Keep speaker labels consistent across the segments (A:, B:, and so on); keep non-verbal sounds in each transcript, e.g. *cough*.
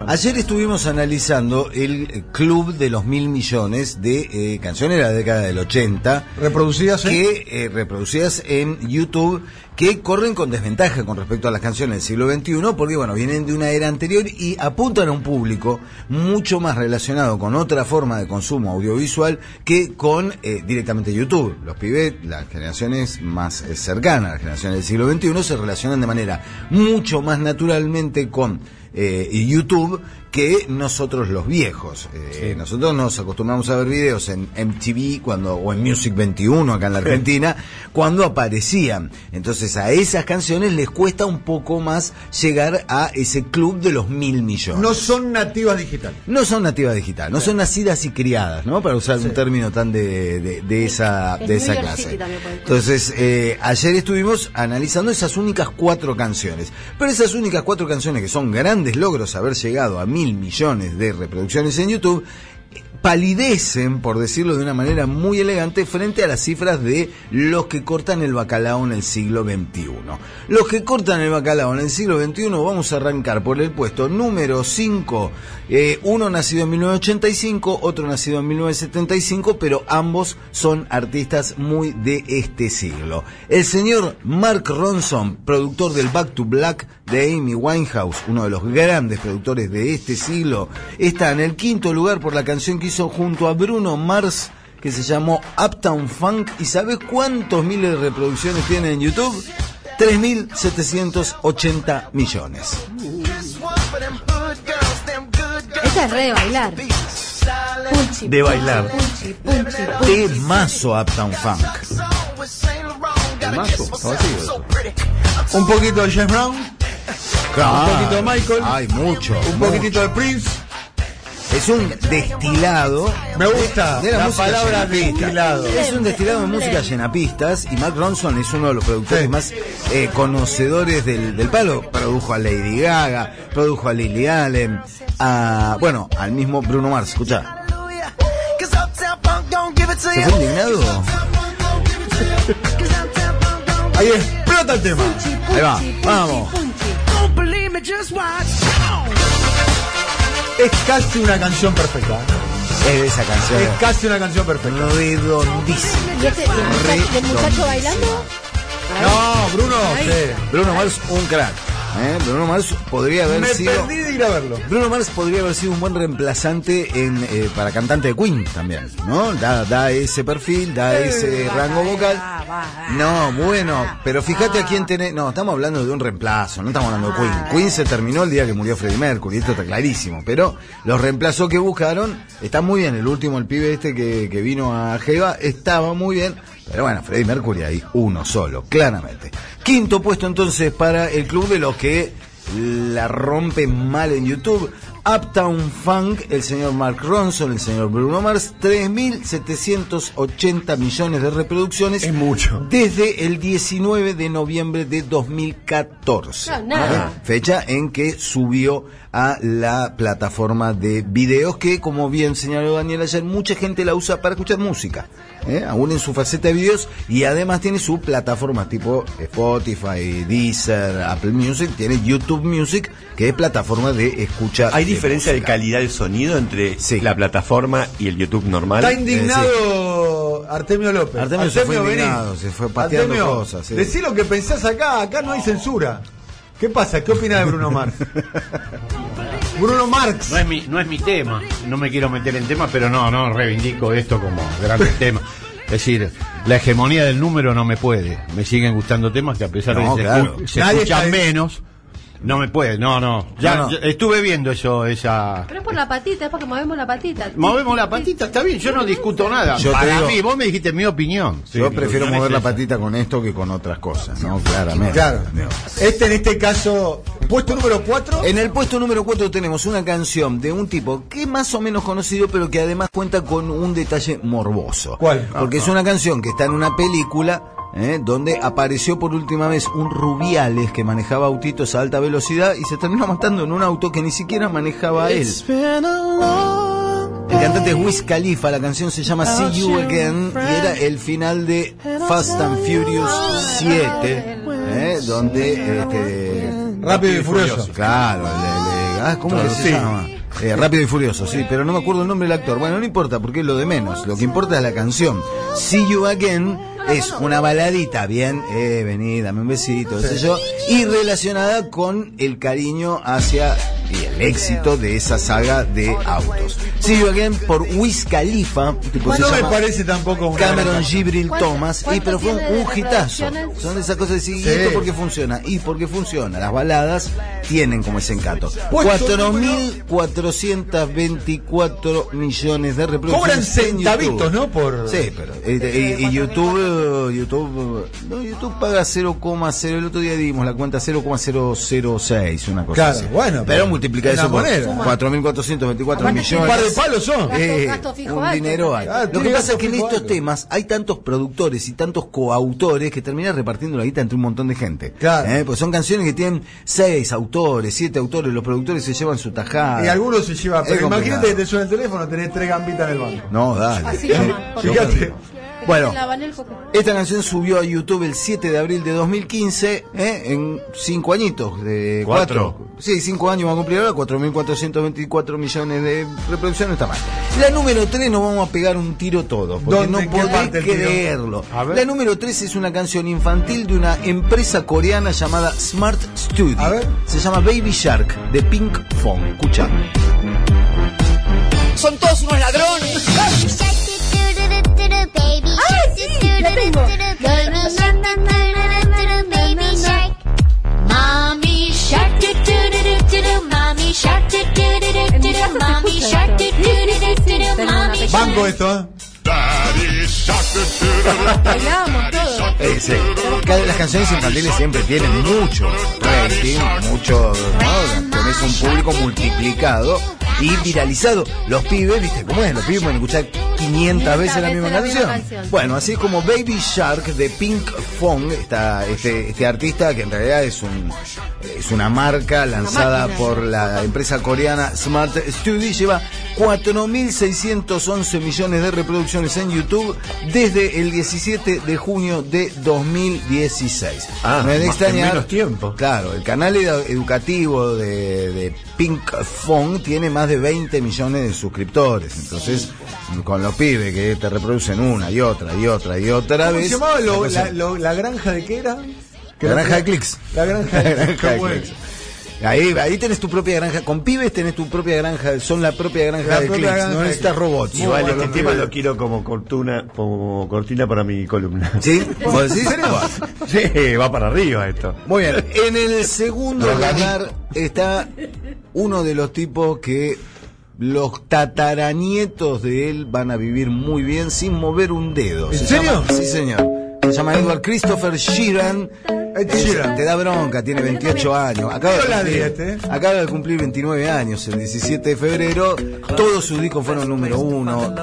A: Ayer estuvimos analizando el Club de los Mil Millones de eh, canciones de la década del 80.
B: Reproducidas en-
A: Que, eh, reproducidas en YouTube, que corren con desventaja con respecto a las canciones del siglo XXI, porque, bueno, vienen de una era anterior y apuntan a un público mucho más relacionado con otra forma de consumo audiovisual que con eh, directamente YouTube. Los pibes, las generaciones más eh, cercanas, las generaciones del siglo XXI, se relacionan de manera mucho más naturalmente con eh, y YouTube que nosotros los viejos. Eh, Nosotros nos acostumbramos a ver videos en MTV cuando, o en Music 21 acá en la Argentina, cuando aparecían. Entonces a esas canciones les cuesta un poco más llegar a ese club de los mil millones.
B: No son nativas digitales.
A: No son nativas digitales, no son nacidas y criadas, ¿no? Para usar un término tan de, de- de esa,
C: Es
A: de esa
C: New York
A: clase.
C: City también puede ser.
A: Entonces, eh, ayer estuvimos analizando esas únicas cuatro canciones. Pero esas únicas cuatro canciones que son grandes logros haber llegado a mil millones de reproducciones en YouTube, eh, palidecen, por decirlo de una manera muy elegante, frente a las cifras de los que cortan el bacalao en el siglo XXI. Los que cortan el bacalao en el siglo XXI, vamos a arrancar por el puesto número 5. uno nacido en 1985, otro nacido en 1975, pero ambos son artistas muy de este siglo. El señor Mark Ronson, productor del Back to Black de Amy Winehouse, uno de los grandes productores de este siglo, está en el quinto lugar por la canción que hizo junto a Bruno Mars que se llamó Uptown Funk y ¿sabes cuántos miles de reproducciones tiene en YouTube? 3.780 millones.
C: Esta es re de bailar. Punchi,
A: De bailar.
C: punchi, punchi, punchi.
A: Temazo Uptown Funk.
B: Un poquito de James Brown,
A: Claro.
B: poquito de Michael.
A: Hay mucho.
B: un
A: mucho.
B: poquitito de Prince.
A: Es un destilado.
B: Me gusta
A: de la
B: la,
A: música
B: palabra
A: llenapista.
B: destilado.
A: Es un destilado de música llenapistas y Mark Ronson es uno de los productores
B: Sí.
A: más eh, conocedores del, del palo. Produjo a Lady Gaga, produjo a Lily Allen, a, bueno, al mismo Bruno Mars. Escucha, ¿se fue
D: *laughs*
A: indignado?
B: Ahí explota el tema.
A: Ahí va,
C: Punchi,
A: vamos.
C: punchi.
B: Es casi una canción perfecta. ¿eh?
A: Es de esa canción.
B: Es casi una canción perfecta.
A: Redondísima.
C: ¿Y este, y el, muchacho, y el muchacho bailando?
B: No, Bruno, sí.
A: Bruno Mars, un crack. ¿eh? Bruno Mars podría haber
B: me
A: sido.
B: perdí de ir a verlo.
A: Bruno Mars podría haber sido un buen reemplazante en, eh, para cantante de Queen también, ¿no? Da, da ese perfil, da ese rango vocal. No, bueno, pero fíjate a quién tenés. No, estamos hablando de un reemplazo, no estamos hablando de Queen. Queen se terminó el día que murió Freddie Mercury, esto está clarísimo. Pero los reemplazos que buscaron, está muy bien. El último, el pibe este que, que vino a Jeva, estaba muy bien. Pero bueno, Freddie Mercury ahí, uno solo, claramente. Quinto puesto entonces para el club de los que la rompe mal en YouTube. Uptown Funk, el señor Mark Ronson, el señor Bruno Mars, 3.780 millones de reproducciones.
B: Es mucho.
A: Desde el 19 de noviembre de 2014.
C: No, nada.
A: ¿eh? Fecha en que subió a la plataforma de videos que, como bien señaló Daniel ayer, mucha gente la usa para escuchar música. ¿eh? Aún en su faceta de videos y además tiene su plataforma tipo Spotify, Deezer, Apple Music, tiene YouTube Music, que es plataforma de escucha.
E: ¿Hay diferencia de
A: música.
E: calidad del sonido entre
A: Sí.
E: la plataforma y el YouTube normal?
B: Está indignado Artemio López.
A: eh, Artemio se fue indignado,
B: vení.
A: se fue pateando cosas, sí.
B: Decí lo que pensás acá, acá no hay censura. ¿Qué pasa? ¿Qué opina de Bruno Mars?
A: *laughs*
B: Bruno Marx.
F: No es, mi, no es mi tema, no me quiero meter en tema, pero no, no reivindico esto como gran
A: *laughs*
F: tema. Es decir, la hegemonía del número no me puede. Me siguen gustando temas que a pesar
A: No,
F: de que se
A: claro.
F: escu- se,
B: Nadie
F: escuchan
B: está-
F: menos, no me puede. No, no. Ya,
A: No, no.
F: ya estuve viendo eso, esa.
C: Pero es por la patita, es porque movemos la patita.
F: Movemos la patita, está bien, yo no discuto nada.
A: Yo te
F: Para
A: digo-
F: mí, vos me dijiste mi opinión. Sí,
A: Yo
F: mi
A: prefiero
F: opinión es
A: mover la
F: esa.
A: patita con esto que con otras cosas, ¿no? Claramente.
B: Claro.
A: Digo.
B: Este en este caso, puesto número 4.
A: En el puesto número 4 tenemos una canción de un tipo que es más o menos conocido, pero que además cuenta con un detalle morboso.
B: ¿Cuál?
A: Porque es una canción que está en una película. ¿eh? donde apareció por última vez un Rubiales que manejaba autitos a alta velocidad y se terminó matando en un auto que ni siquiera manejaba él. El cantante es Wiz Khalifa, la canción se llama See You Again y era el final de Fast and Furious 7, ¿eh? donde este,
B: Rápido y Furioso.
A: Claro, el- el- el Ah, ¿Cómo que
E: Claro,
A: se
E: sí.
A: llama? Eh, Rápido y Furioso, sí, pero no me acuerdo el nombre del actor. Bueno, no importa, porque es lo de menos. Lo que importa es la canción. See You Again es una baladita, bien, eh, vení, dame un besito, qué sé yo, y relacionada con el cariño hacia y el éxito de esa saga de autos. See You Again por Wiz Khalifa, tipo se
B: pues no me
A: llama
B: parece tampoco una
A: Cameron
B: gran-
A: Gibril
C: ¿Cuánto-
A: Thomas, y
C: cuánto
A: pero fue
C: tiene de
A: un hitazo.
C: reproducciones?
A: Son esas cosas de decir, ¿y esto
B: Sí.
A: por qué funciona? Y porque funciona. Las baladas tienen como ese encanto.
B: Puesto
A: 4.424 millones de
B: Cobran
A: reproducciones. en
B: centavitos,
A: YouTube.
B: ¿no? Por...
A: Sí, pero. eh, Y, y YouTube. eh, YouTube. eh, No, YouTube paga 0,0. El otro día dimos la cuenta 0,006, una cosa
B: Claro,
A: así.
B: bueno, pero
A: Pero multiplica
B: es
A: eso
B: una
A: por
B: moneda.
A: 4.424
C: Aparte tiene
A: millones.
B: Un par de palos son.
C: Gasto-
A: Eh,
C: gasto fijo
A: un
C: alto
A: dinero
C: también.
A: alto.
B: Ah,
A: Lo que
B: tiene
A: pasa es
B: gasto
A: que en
B: fijo
A: estos
B: alto.
A: temas hay tantos productores y tantos coautores que terminan repartiendo la guita entre un montón de gente.
B: Claro.
A: Eh, Pues son canciones que tienen seis autores, siete autores, los productores se llevan su tajada.
B: Y algunos se llevan.
A: Ah, Es
B: Pero imagínate que
A: complicado.
B: te suena el teléfono, tenés tres gambitas en el banco.
A: No, dale.
C: Así
A: Eh,
C: nomás,
B: *laughs*
C: porque-
B: Fíjate.
A: Bueno.
C: La Vanelco que-
A: Esta canción subió a YouTube el 7 de abril de 2015, ¿eh? en cinco añitos, de
E: Cuatro.
A: Sí, cinco años va a cumplir ahora, 4.424 millones de reproducciones, está mal. La número 3 nos vamos a pegar un tiro todos, porque
B: ¿Dónde?
A: no
B: ¿En qué parte
A: podés
B: el tiro?
A: creerlo.
F: A ver.
A: La número 3 es una canción infantil de una empresa coreana llamada Smart Studio.
B: A ver.
A: Se llama Baby Shark, de Pink Phone. Escucha.
G: Son todos unos ladrones.
H: Ah, sí, la tengo.
G: Mommy shark do do do do do do mommy shark do do do do do do mommy shark do do do do do do mommy shark.
B: Banco esto, ¿eh?
C: Bailábamos todo.
A: Eh, sí. Cada- Las canciones infantiles siempre tienen mucho rating, mucho. ¿no? Tenés un público multiplicado y viralizado. Los pibes, ¿viste cómo es? Los pibes pueden escuchar 500 veces la misma canción. Bueno, así es como Baby Shark de Pink Fong, está este, este artista que en realidad es, un, es una marca lanzada
C: máquina.
A: por la empresa coreana Smart Studio, y lleva 4.611 millones de reproducciones en YouTube desde el 17 de junio de 2016.
E: Ah,
A: es de este
E: más- en menos tiempo.
A: Claro, el canal edu- educativo de, de Pink Fong tiene más de 20 millones de suscriptores. Entonces, con los pibes que te reproducen una y otra y otra y otra
B: ¿Cómo
A: vez.
B: se llamaba lo-
A: la cosa-
B: la, lo- la granja de qué era?
A: La granja de clics. *laughs*
B: La granja
A: La
B: de clics.
A: granja
B: qué
A: de
B: bueno.
A: clics. Ahí, ahí tenés tu propia granja. Con pibes tenés tu propia granja. Son la propia granja
B: La
A: de
B: propia
A: clics.
B: granja
A: no
B: de
A: necesitas
B: clics.
A: robots.
E: Igual
B: bueno,
E: este
B: lo
E: tema
B: que-
E: lo quiero como cortina, como cortina para mi columna.
A: ¿Sí? ¿Vos decís?
E: *laughs* Sí, va para arriba esto.
A: Muy bien. *laughs* En el segundo lugar está uno de los tipos que los tataranietos de él van a vivir muy bien sin mover un dedo.
B: ¿En
A: Se
B: serio?
A: llama- sí, señor. Se llama Edward Christopher Sheeran.
B: Ed Sheeran.
A: Te da bronca, tiene 28 años. Acaba
B: Yo la
A: de,
B: dieta, ¿eh?
A: cumplir, acaba de cumplir 29 años el 17 de febrero. Todos sus discos fueron número uno.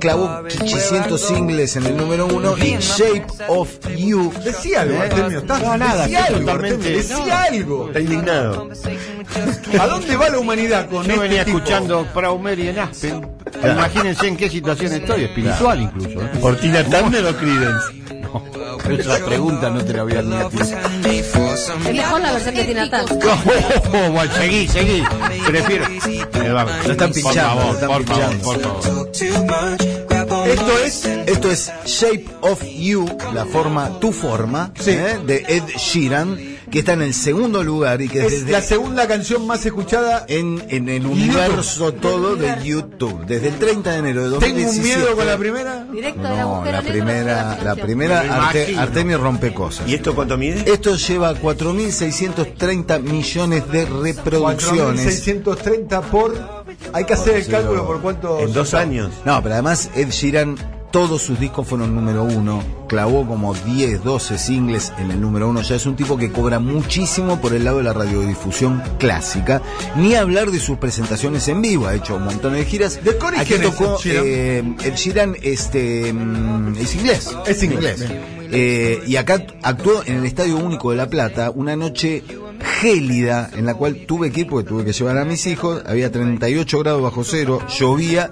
A: Clavó 800 singles en el número uno. Y Shape of You. ¿Eh?
B: Decía algo, Artemio. estás-
E: No, nada,
B: decía
E: estoy
B: algo,
E: totalmente-
B: Artemio, Decía algo.
E: Está indignado.
B: ¿A dónde va la humanidad con
F: Yo
B: este
F: venía
B: tipo?
F: escuchando Fraumer y en Aspen. Imagínense en qué situación estoy, espiritual incluso. ¿eh?
E: Cortina Turner o Creedence.
D: Esa pregunta no te la voy a dar
C: Es mejor la versión que tiene Natal.
F: Oh, *laughs* bueno, seguí, seguí. Prefiero. Eduardo,
A: Lo están pinchando, lo
F: Por
A: están
F: favor, por favor,
A: pinchando.
F: por favor.
B: Esto es.
A: Esto es Shape of You, la forma, tu forma, ¿eh? de Ed Sheeran, que está en el segundo lugar y que
B: Es
A: desde
B: la segunda canción más escuchada.
A: en, en el universo todo de YouTube, desde el 30 de enero de
B: Tengo
A: 2017.
B: un miedo con la primera.
C: Directo del
A: No,
C: agujero
A: la
C: negro
A: primera,
C: de
A: la
F: Me
A: primera Arte-
F: imagino.
A: Artemio rompe cosas.
E: ¿Y esto cuánto mide?
A: Esto lleva 4.630 millones de reproducciones.
B: 4.630 por. Hay que hacer el cálculo por cuánto.
E: En dos años.
A: No, pero además Ed Sheeran, todos sus discos fueron número uno, clavó como 10, 12 singles en el número uno, ya es un tipo que cobra muchísimo por el lado de la radiodifusión clásica, ni hablar de sus presentaciones en vivo, ha hecho un montón de giras.
B: ¿De Cory
A: Aquí
B: quién es
A: tocó
B: Ed Sheeran?
A: eh, Ed Sheeran, este, mm, es inglés.
B: Es inglés.
A: Eh, y acá actuó en el Estadio Único de La Plata una noche gélida en la cual tuve que ir porque tuve que llevar a mis hijos, había 38 grados bajo cero, llovía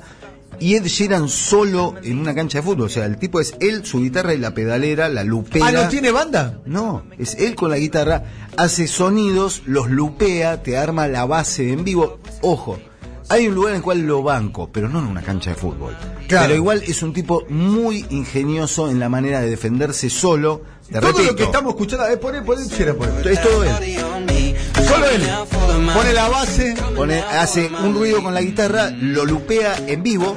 A: y Ed Sheeran solo en una cancha de fútbol. O sea, el tipo es él, su guitarra y la pedalera, la lupera.
B: Ah, ¿no tiene banda?
A: No, es él con la guitarra, hace sonidos, los lupea, te arma la base en vivo. Ojo, hay un lugar en el cual lo banco, pero no en una cancha de fútbol.
B: Claro.
A: Pero igual es un tipo muy ingenioso en la manera de defenderse solo. Te
B: Todo
A: repito,
B: lo que estamos escuchando, a ver, poné, poné, Sheeran, poné.
A: es todo él.
B: Solo él. Pone la base.
A: Pone- hace un ruido con la guitarra, lo lupea en vivo,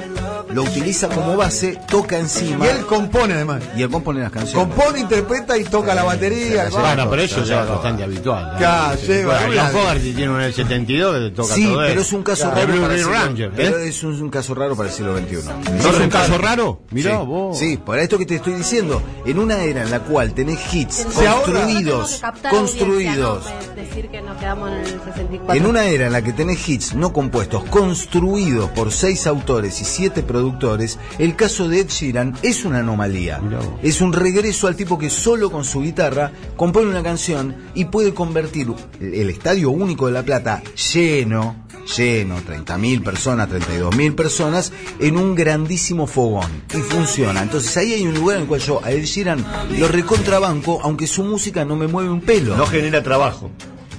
A: lo utiliza como base, toca encima
B: Y él compone además.
A: y él compone las canciones.
B: Compone, interpreta y toca la batería. el bajo.
F: Bueno, pero eso ya es bastante habitual. ¿no?
B: Claro, lleva
F: Bueno,
B: una-
F: John Fogerty tiene un 72 que toca
A: sí,
F: todo
A: pero
F: eso.
A: es un caso
F: El
A: raro.
F: Blue
A: para el
F: Ridge
A: siglo-
F: Ranger,
A: pero
F: ¿eh?
A: es un, un caso raro para el siglo XXI.
F: ¿No es un caso raro? Mirá
A: sí,
F: vos.
A: Sí, por esto que te estoy diciendo, en una era en la cual tenés hits
B: Se ahorra.
I: Tenemos que
A: construidos,
I: captar
A: construidos.
I: audiencia, no decir que nos quedamos en el 64.
A: En una era en la que tenés hits no compuestos, construidos por seis autores y siete productores, el caso de Ed Sheeran es una anomalía.
F: Mirá vos.
A: Es un regreso al tipo que solo con su guitarra compone una canción y puede convertir el Estadio Único de La Plata lleno, lleno, 30.000 personas, 32.000 personas, en un grandísimo fogón. Y funciona. Entonces ahí hay un lugar en el cual yo a Ed Sheeran lo recontrabanco, aunque su música no me mueve un pelo.
E: No genera trabajo.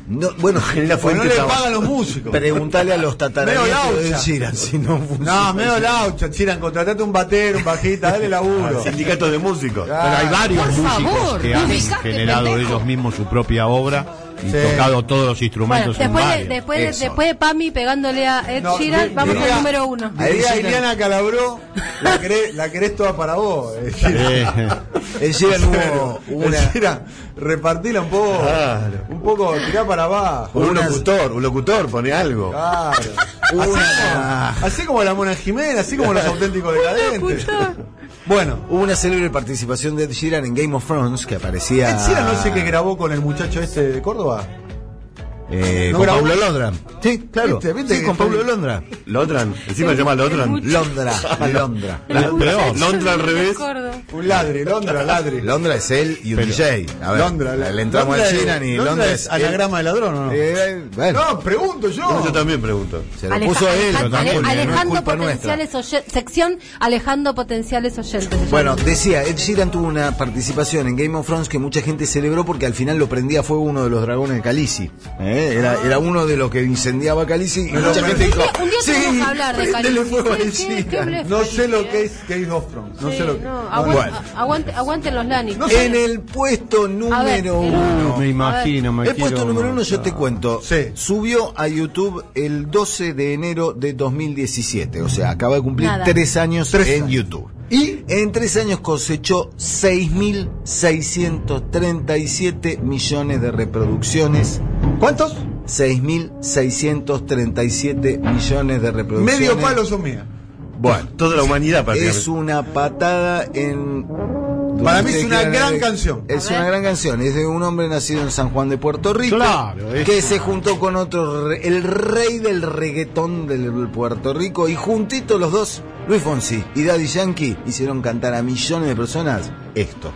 A: No, bueno, *laughs*
E: Genera
B: Pues no
E: fuente
B: le
E: de trabajo.
B: pagan los músicos.
A: Preguntale a los
B: *laughs* Medio
A: tataranietos
B: laucha.
A: de Ed Sheeran si no funciona.
B: No, medio laucha, Chiran, contratate un batero, un bajista, dale laburo.
A: Ah,
E: Sindicatos de músicos.
F: Pero hay varios
I: Ah, Por
F: músicos
I: favor,
F: que han
I: ubicate,
F: generado
I: pendejo.
F: ellos mismos su propia obra y
B: Sí.
F: tocado todos los
I: Bueno,
F: instrumentos en
I: después, de,
F: varios.
I: después, de,
A: Eso.
I: después de Pami pegándole a Ed
B: No,
I: Sheeran,
B: di-
I: vamos
B: diría-
I: al número uno.
A: Ahí
B: Diría
A: Sheeran-
B: Iliana Calabró, la querés, la querés toda para vos. eh, Sheeran.
I: *laughs*
F: *laughs* Sí.
A: Ed Sheeran hubo hubo una,
B: Sheeran, repartila un poco.
E: Claro.
B: Un poco, tirá para abajo.
E: Un
A: Unas-
E: locutor, un locutor pone algo.
B: Claro.
A: hubo
B: Ah,
A: una,
B: Así como la Mona Jimena, así como los auténticos decadentes. Bueno,
A: hubo una célebre participación de Ed Sheeran en Game of Thrones que aparecía.
B: Ed Sheeran no sé qué grabó con el muchacho este de Córdoba.
A: Eh,
B: ¿No
A: con
B: grabó?
A: Pablo Londra. Sí, claro.
B: Viste, viste
A: sí,
B: que
A: con Pablo
B: estoy-
A: Londra.
E: Lotran, encima se llama Lotran.
B: *laughs*
A: Londra, Londra.
E: La- pero
I: *laughs*
E: Londra al revés.
I: Recuerdo.
B: Un ladri, Londra, ladri.
A: Londra es él y un
F: Pero-
A: DJ. A ver,
B: Londra, la-
A: le entramos
B: Londra
A: a
B: es-
A: Sheeran y
B: Londra
A: Londra,
B: es anagrama de ladrón, ¿o no?
A: Eh, bueno,
B: No, pregunto
E: No,
B: yo.
E: yo también pregunto.
A: se lo
I: Aleja-
A: puso él.
I: Ale-
A: no es culpa- no es
I: Alejando
A: culpa nuestra.
I: potenciales oyentes. Sección Alejando potenciales oyentes. se
A: Bueno,
I: llama.
A: decía, Ed Sheeran tuvo una participación en Game of Thrones que mucha gente celebró porque al final lo prendía a fuego uno de los dragones de Khaleesi. ¿eh? Era, era uno de los que incendiaba Khaleesi y mucha gente dijo,
I: Un día
A: sí,
I: tenemos que hablar de
A: prendele
I: Khaleesi.
A: fuego a
I: Sí,
A: Ed
I: sí, qué
A: Sheeran".
I: blef.
B: No sé lo que es Game of Thrones. No
I: Sí,
B: sé lo que.
I: no, ah.
B: no,
I: aguante-
A: Bueno.
I: aguante- Aguanten los Lani.
A: En el puesto número
I: ver, el-
A: uno.
F: Me imagino, me
A: El
F: quiero
A: puesto número uno, yo
F: matar.
A: te cuento,
B: Sí.
A: subió a YouTube el 12 de enero de 2017, o sea, acaba de cumplir
I: Nada.
A: tres años
B: Tres
A: en
B: años.
A: YouTube. Y en tres años cosechó 6.637 millones de reproducciones.
B: ¿Cuántos?
A: 6.637 millones de reproducciones.
B: Medio palo son mías.
A: Bueno,
E: Toda la humanidad prácticamente.
A: es una patada en.
B: Para mí es
A: durante
B: una
A: que-
B: gran canción.
A: Es
I: A ver.
A: una gran canción. Es de un hombre nacido en San Juan de Puerto Rico.
F: Claro, es
A: que se juntó con otro, re- el rey del reggaetón del Puerto Rico. Y juntitos los dos, Luis Fonsi y Daddy Yankee, hicieron cantar a millones de personas esto.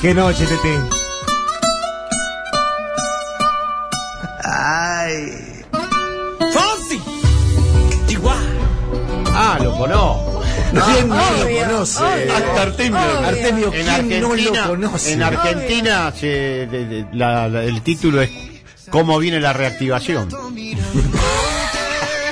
B: Qué noche, Tete.
D: Fonsi. Chihuahua.
F: Ah, lo conozco.
B: Ah,
A: ¿Quién no
I: obvio,
A: lo conoce?
I: obvio.
A: Hasta Artemio.
I: Obvio.
A: Artemio,
F: En
A: ¿quién no
F: Argentina,
A: lo conoce?
F: en Argentina se- de- de- la- la- el título es ¿Cómo viene la reactivación?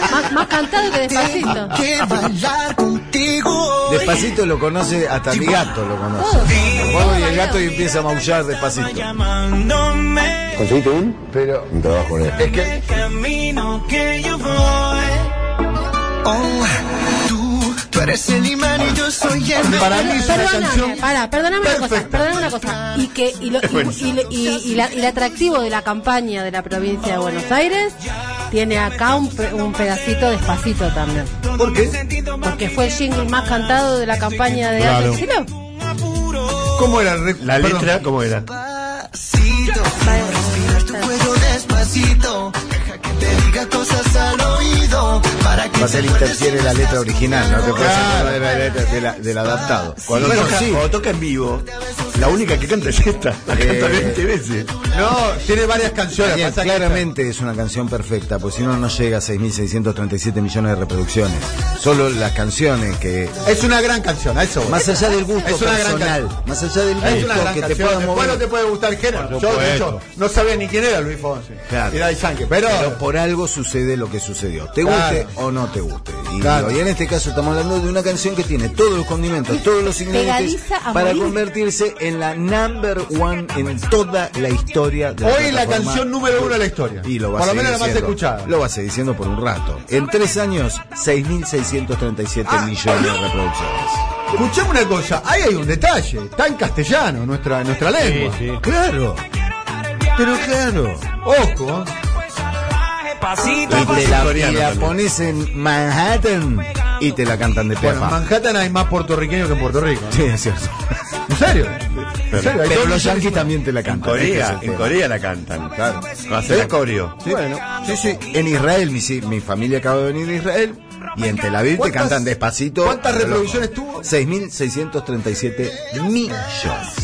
I: Más, más cantado que despacito.
D: Que bailar contigo hoy.
A: Despacito lo conoce, hasta mi gato lo conoce. Lo pongo y el gato y empieza a maullar despacito.
D: Llamándome.
E: ¿Conseguiste un?
A: Pero
E: Un trabajo con él.
A: es que
D: Camino que yo voy. Oh, tú, tú eres el imán y yo soy el
B: Para mí es una
I: Perdóname,
B: canción.
I: para, perdóname una cosa,
B: perfecta.
I: perdóname una cosa. Y que y lo- y- y lo- y- y la- y el atractivo de la campaña de la provincia de Buenos Aires tiene acá un, pe- un pedacito despacito también.
B: ¿Por qué?
I: Porque fue el jingle más cantado de la campaña de
F: Claro.
I: Alex Giló.
B: ¿Cómo era el re-
E: La
B: perdón.
E: letra, ¿cómo era?
D: despacito. Respirar tu cuello despacio. despacito. Deja que te diga cosas al oído. Para que
A: Marcel interfiere la letra original, no te puedes acordar de la letra de la- del adaptado.
E: Cuando,
A: Bueno,
E: toca,
A: sí.
E: cuando toca en vivo, la única que canta es esta. La canta
A: Eh.
E: 20 veces.
B: No, tiene varias canciones.
A: Bien,
B: pasa que
A: claramente es una canción perfecta, porque si no, no llega a 6.637 millones de reproducciones. Solo las canciones que.
B: esta- Es una gran canción, a eso. voy.
A: Más allá del gusto
B: Es una gran
A: personal,
B: canción.
A: más allá del
B: Es una
A: gusto
B: gran
A: que te
B: canción.
A: pueda
B: Después no
A: mover.
B: te puede gustar el género.
F: Por
B: Yo, de
F: supuesto.
B: hecho, no sabía ni quién era Luis Fonsi.
A: Claro.
B: Era el Yankee, pero,
A: Pero por algo sucede lo que sucedió. Te guste
B: Claro.
A: o no te guste. Y,
B: Claro.
A: digo, y en este caso estamos hablando de una canción que tiene todos los condimentos, todos los ingredientes
I: Pegadiza a
A: para
I: morir.
A: convertirse en la number one en toda la historia de la
B: hoy la
A: plataforma.
B: canción número uno de la historia.
A: Y lo va
B: Por
A: a
B: lo menos la
A: seguir
B: más
A: siendo.
B: escuchada.
A: Lo va a seguir diciendo por un rato. En tres años, 6.637 millones de reproducciones.
B: Escuchame una cosa, ahí hay un detalle. Está en castellano, nuestra, nuestra lengua.
F: sí.
A: Claro. Pero claro.
B: Ojo, ¿eh?
A: Y te la, y la pones en Manhattan y te la cantan de
B: Bueno, en
A: pepa.
B: Manhattan hay más puertorriqueños que en Puerto Rico. ¿eh?
A: *laughs* Sí, es cierto.
B: ¿En serio? ¿En serio? Hay
A: Pero
B: dos
A: los
B: millones-
A: yankees también te la
E: En
A: cantan. Ese
E: Corea,
A: es el
E: en
A: tema.
E: Corea la cantan. Claro. Hace
A: ¿Eh?
E: la coreo.
A: Sí. Sí, sí. En Israel, mi, sí, mi familia acaba de venir de Israel y en Tel Aviv te
B: ¿Cuántas-
A: cantan despacito.
B: ¿Cuántas
A: Pero
B: reproducciones
A: loco.
B: tuvo?
A: 6.637 millones.